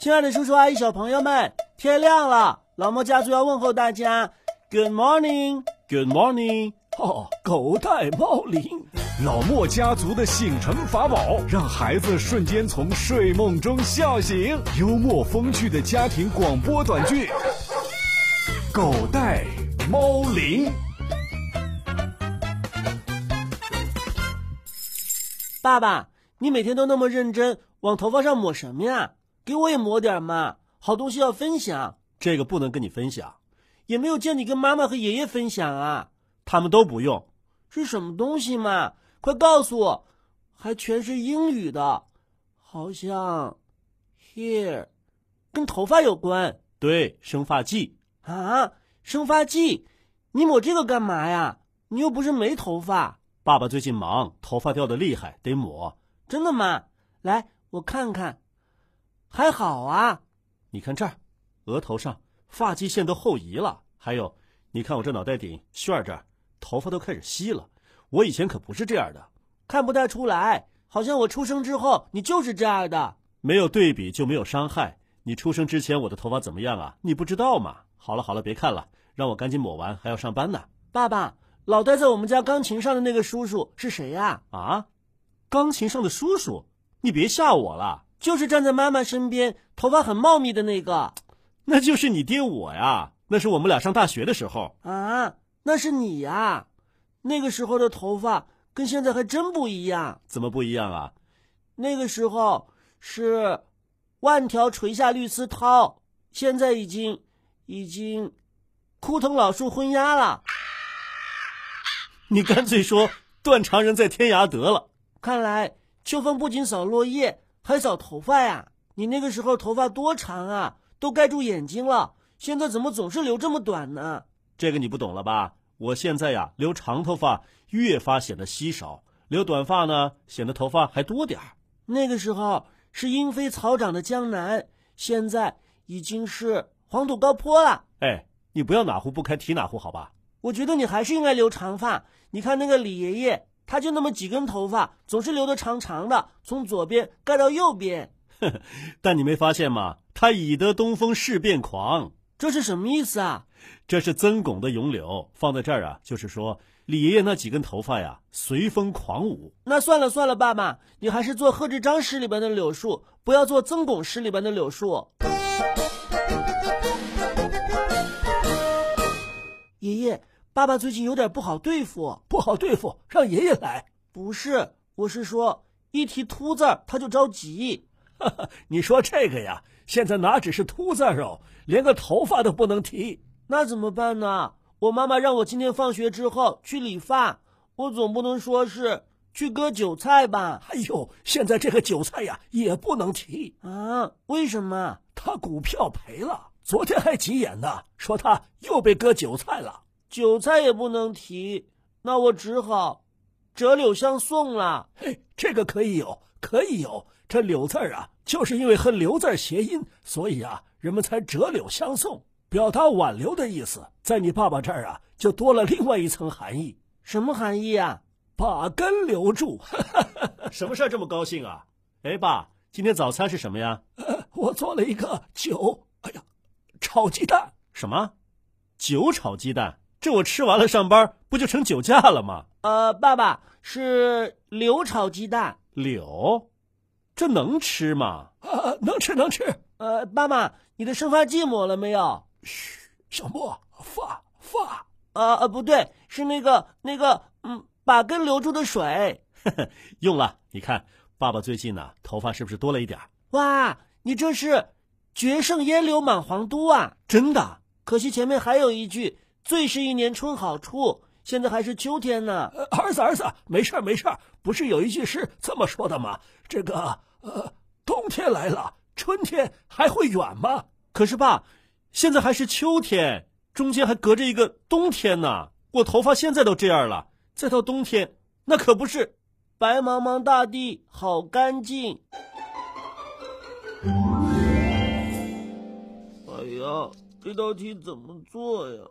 亲爱的叔叔阿姨、小朋友们，天亮了，老莫家族要问候大家，Good morning，Good morning。哦，狗带猫铃，老莫家族的醒神法宝，让孩子瞬间从睡梦中笑醒。幽默风趣的家庭广播短剧，《狗带猫铃》。爸爸，你每天都那么认真，往头发上抹什么呀？给我也抹点嘛，好东西要分享。这个不能跟你分享，也没有见你跟妈妈和爷爷分享啊。他们都不用，是什么东西嘛？快告诉我！还全是英语的，好像 here 跟头发有关。对，生发剂啊，生发剂！你抹这个干嘛呀？你又不是没头发。爸爸最近忙，头发掉的厉害，得抹。真的吗？来，我看看。还好啊。你看这儿，额头上发际线都后移了，还有，你看我这脑袋顶旋儿这儿。头发都开始稀了，我以前可不是这样的，看不太出来，好像我出生之后你就是这样的。没有对比就没有伤害。你出生之前我的头发怎么样啊？你不知道吗？好了好了，别看了，让我赶紧抹完，还要上班呢。爸爸，老待在我们家钢琴上的那个叔叔是谁呀、啊？啊，钢琴上的叔叔？你别吓我了，就是站在妈妈身边，头发很茂密的那个。那就是你爹我呀，那是我们俩上大学的时候啊。那是你呀、啊，那个时候的头发跟现在还真不一样。怎么不一样啊？那个时候是万条垂下绿丝绦，现在已经已经枯藤老树昏鸦了。你干脆说断肠人在天涯得了。看来秋风不仅扫落叶，还扫头发呀、啊。你那个时候头发多长啊，都盖住眼睛了。现在怎么总是留这么短呢？这个你不懂了吧？我现在呀，留长头发越发显得稀少，留短发呢，显得头发还多点儿。那个时候是莺飞草长的江南，现在已经是黄土高坡了。哎，你不要哪壶不开提哪壶，好吧？我觉得你还是应该留长发。你看那个李爷爷，他就那么几根头发，总是留得长长的，从左边盖到右边。 但你没发现吗？他以得东风事变狂。这是什么意思啊？这是曾巩的咏柳，放在这儿啊，就是说李爷爷那几根头发呀，随风狂舞。那算了算了，爸爸，你还是做贺知章诗里边的柳树，不要做曾巩诗里边的柳树。爷爷，爸爸最近有点不好对付，不好对付，让爷爷来。不是，我是说，一提秃字儿他就着急。你说这个呀？现在哪只是秃子肉，连个头发都不能提，那怎么办呢？我妈妈让我今天放学之后去理发，我总不能说是去割韭菜吧？哎呦，现在这个韭菜呀也不能提啊？为什么？他股票赔了，昨天还急眼呢，说他又被割韭菜了。韭菜也不能提，那我只好折柳相送了。嘿，哎这个可以有，可以有。这柳字儿啊，就是因为和留字谐音，所以啊，人们才折柳相送，表达挽留的意思。在你爸爸这儿啊，就多了另外一层含义。什么含义啊？把根留住。 什么事儿这么高兴啊？哎，爸，今天早餐是什么呀？呃、 我做了一个酒，哎呀，炒鸡蛋。什么？酒炒鸡蛋？这我吃完了上班，不就成酒驾了吗？呃，爸爸是柳炒鸡蛋。柳。这能吃吗？啊，能吃能吃。呃，爸爸，你的生发剂抹了没有？嘘，小莫，发发。呃呃，不对，是那个那个，嗯，把根留住的水。用了，你看，爸爸最近呢、啊，头发是不是多了一点？哇，你这是决胜烟柳满皇都啊！真的，可惜前面还有一句“最是一年春好处”，现在还是秋天呢。呃、儿子儿子，没事没事，不是有一句诗这么说的吗？这个呃，冬天来了，春天还会远吗？可是爸，现在还是秋天，中间还隔着一个冬天呢。我头发现在都这样了，再到冬天，那可不是白茫茫大地好干净。哎呀，这道题怎么做呀？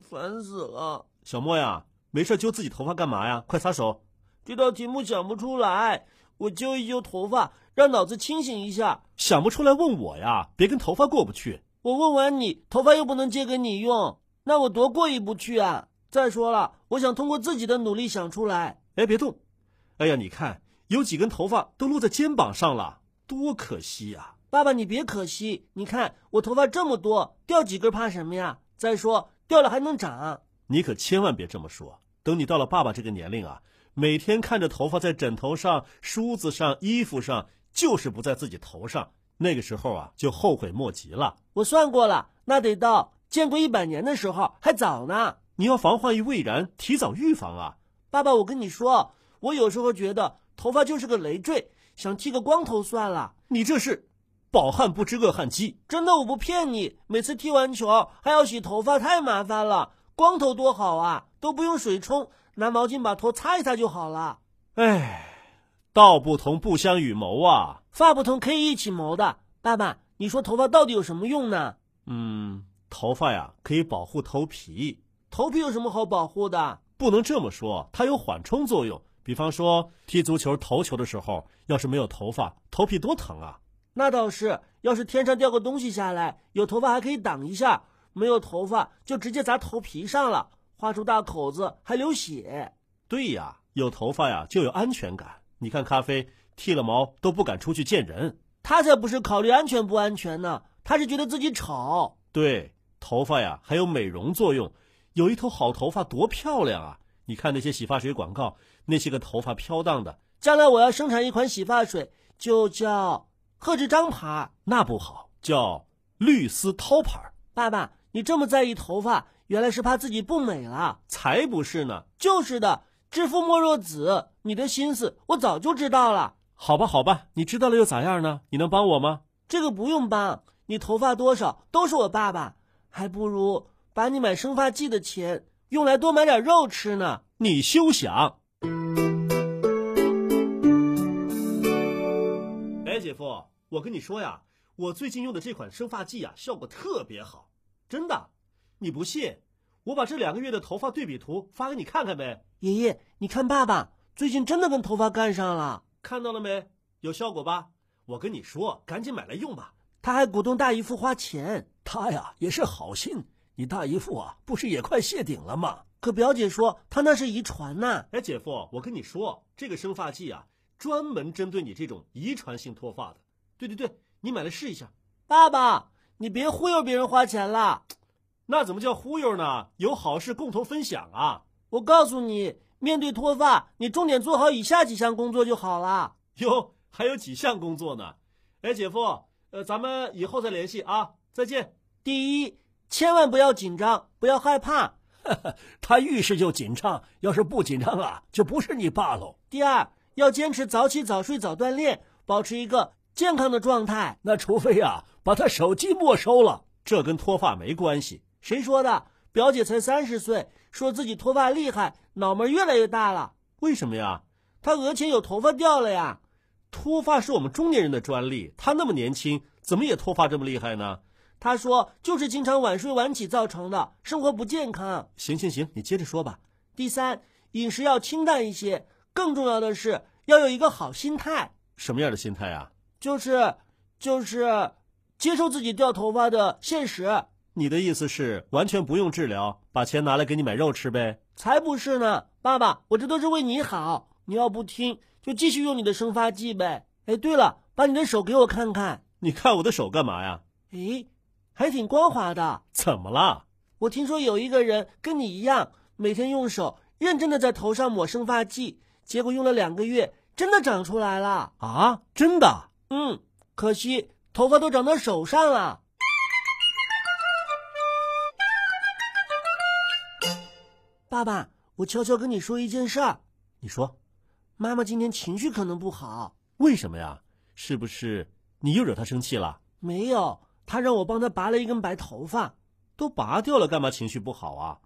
烦死了！小莫呀，没事揪自己头发干嘛呀？快撒手！这道题目想不出来。我揪一揪头发，让脑子清醒一下。想不出来问我呀，别跟头发过不去。我问完你，头发又不能借给你用，那我多过意不去啊！再说了，我想通过自己的努力想出来。哎，别动！哎呀，你看，有几根头发都落在肩膀上了，多可惜呀、爸爸，你别可惜，你看我头发这么多，掉几根怕什么呀？再说掉了还能长。你可千万别这么说。等你到了爸爸这个年龄啊，每天看着头发在枕头上、梳子上、衣服上，就是不在自己头上，那个时候啊，就后悔莫及了。我算过了，那得到建国一百年的时候还早呢。你要防患于未然，提早预防啊！爸爸，我跟你说，我有时候觉得头发就是个累赘，想剃个光头算了。你这是饱汉不知饿汉饥。真的，我不骗你，每次踢完球还要洗头发，太麻烦了。光头多好啊，都不用水冲，拿毛巾把头擦一擦就好了。哎，道不同不相与谋啊。发不同，可以一起谋的。爸爸，你说头发到底有什么用呢？嗯，头发呀可以保护头皮，头皮有什么好保护的？不能这么说，它有缓冲作用。比方说踢足球、投球的时候，要是没有头发，头皮多疼啊！那倒是，要是天上掉个东西下来，有头发还可以挡一下，没有头发就直接砸头皮上了，划出大口子还流血。对呀，有头发呀就有安全感。你看咖啡剃了毛都不敢出去见人。他才不是考虑安全不安全呢，他是觉得自己丑。对，头发呀还有美容作用，有一头好头发多漂亮啊！你看那些洗发水广告，那些个头发飘荡的，将来我要生产一款洗发水，就叫贺知章牌。那不好，叫绿丝绦牌儿。爸爸，你这么在意头发，原来是怕自己不美了。才不是呢！就是的，知父莫若子，你的心思我早就知道了。好吧，好吧，你知道了又咋样呢？你能帮我吗？这个不用帮，你头发多少都是我爸爸，还不如把你买生发剂的钱用来多买点肉吃呢。你休想！哎，姐夫，我跟你说呀，我最近用的这款生发剂啊，效果特别好，真的。你不信？我把这两个月的头发对比图发给你看看呗，爷爷，你看爸爸最近真的跟头发干上了，看到了没？有效果吧？我跟你说，赶紧买来用吧。他还鼓动大姨夫花钱。他呀也是好心，你大姨夫啊不是也快谢顶了吗？可表姐说他那是遗传呐、哎，姐夫，我跟你说，这个生发剂啊，专门针对你这种遗传性脱发的。对对对，你买来试一下。爸爸，你别忽悠别人花钱了。那怎么叫忽悠呢？有好事共同分享啊！我告诉你，面对脱发，你重点做好以下几项工作就好了。哟，还有几项工作呢？哎，姐夫，呃，咱们以后再联系啊，再见。第一，千万不要紧张，不要害怕。他遇事就紧张，要是不紧张啊，就不是你爸喽。第二，要坚持早起、早睡、早锻炼，保持一个健康的状态。那除非啊把他手机没收了。这跟脱发没关系。谁说的？表姐才三十岁，说自己脱发厉害，脑门越来越大了。为什么呀？她额前有头发掉了呀。脱发是我们中年人的专利，他那么年轻，怎么也脱发这么厉害呢？她说就是经常晚睡晚起造成的，生活不健康。行行行，你接着说吧。第三，饮食要清淡一些，更重要的是要有一个好心态，什么样的心态啊？就是就是接受自己掉头发的现实。你的意思是完全不用治疗，把钱拿来给你买肉吃呗？才不是呢，爸爸，我这都是为你好。你要不听，就继续用你的生发剂呗。哎，对了，把你的手给我看看。你看我的手干嘛呀？诶，还挺光滑的。怎么啦？我听说有一个人跟你一样，每天用手认真的在头上抹生发剂，结果用了两个月，真的长出来了。啊，真的？嗯，可惜头发都长到手上了。爸爸，我悄悄跟你说一件事儿，你说妈妈今天情绪可能不好。为什么呀？是不是你又惹他生气了？没有，她让我帮她拔了一根白头发。都拔掉了，干嘛情绪不好啊？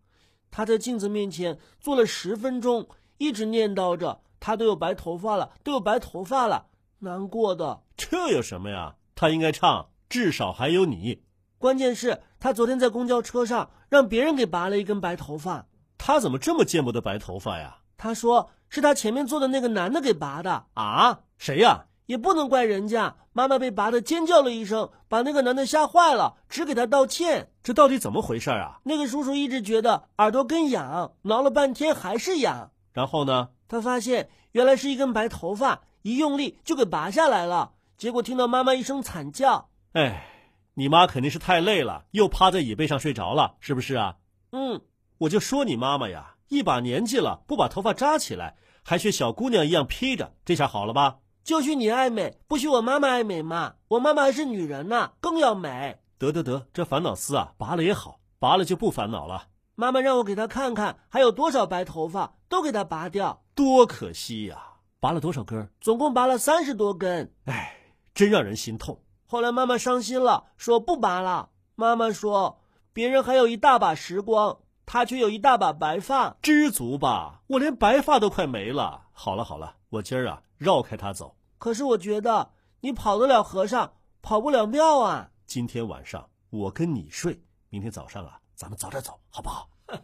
她在镜子面前坐了十分钟，一直念叨着：“她都有白头发了，都有白头发了。”难过的。这有什么呀？他应该唱《至少还有你》。关键是，她昨天在公交车上让别人给拔了一根白头发。他怎么这么见不得白头发呀？他说是他前面坐的那个男的给拔的，啊，谁呀、也不能怪人家。妈妈被拔的尖叫了一声，把那个男的吓坏了，只给他道歉。这到底怎么回事啊？那个叔叔一直觉得耳朵根痒，挠了半天还是痒。然后呢？他发现原来是一根白头发，一用力就给拔下来了。结果听到妈妈一声惨叫，哎，你妈肯定是太累了，又趴在椅背上睡着了，是不是啊？嗯，我就说你妈妈呀，一把年纪了，不把头发扎起来，还学小姑娘一样披着，这下好了吧？就许你爱美，不许我妈妈爱美嘛。我妈妈还是女人呢、更要美。得得得，这烦恼丝啊，拔了也好，拔了就不烦恼了，妈妈让我给她看看还有多少白头发，都给她拔掉，多可惜呀、拔了多少根儿？总共拔了三十多根。哎，真让人心痛。后来妈妈伤心了，说不拔了。妈妈说，别人还有一大把时光，她却有一大把白发。知足吧，我连白发都快没了。好了好了，我今儿啊绕开他走，可是我觉得你跑得了和尚，跑不了庙啊。今天晚上我跟你睡，明天早上啊咱们早点走，好不好？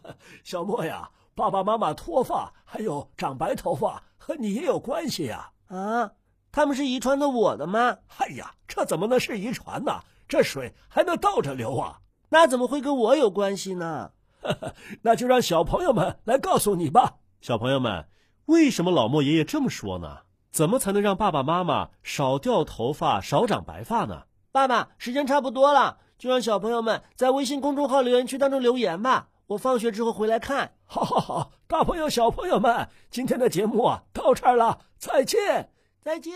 小莫呀，爸爸妈妈脱发还有长白头发和你也有关系呀。啊，他们是遗传的我的吗？哎呀，这怎么能是遗传呢？这水还能倒着流啊！那怎么会跟我有关系呢？那就让小朋友们来告诉你吧。小朋友们，为什么老莫爷爷这么说呢？怎么才能让爸爸妈妈少掉头发、少长白发呢？爸爸，时间差不多了，就让小朋友们在微信公众号留言区当中留言吧。我放学之后回来看。好好好，大朋友小朋友们，今天的节目啊到这儿了，再见。再见。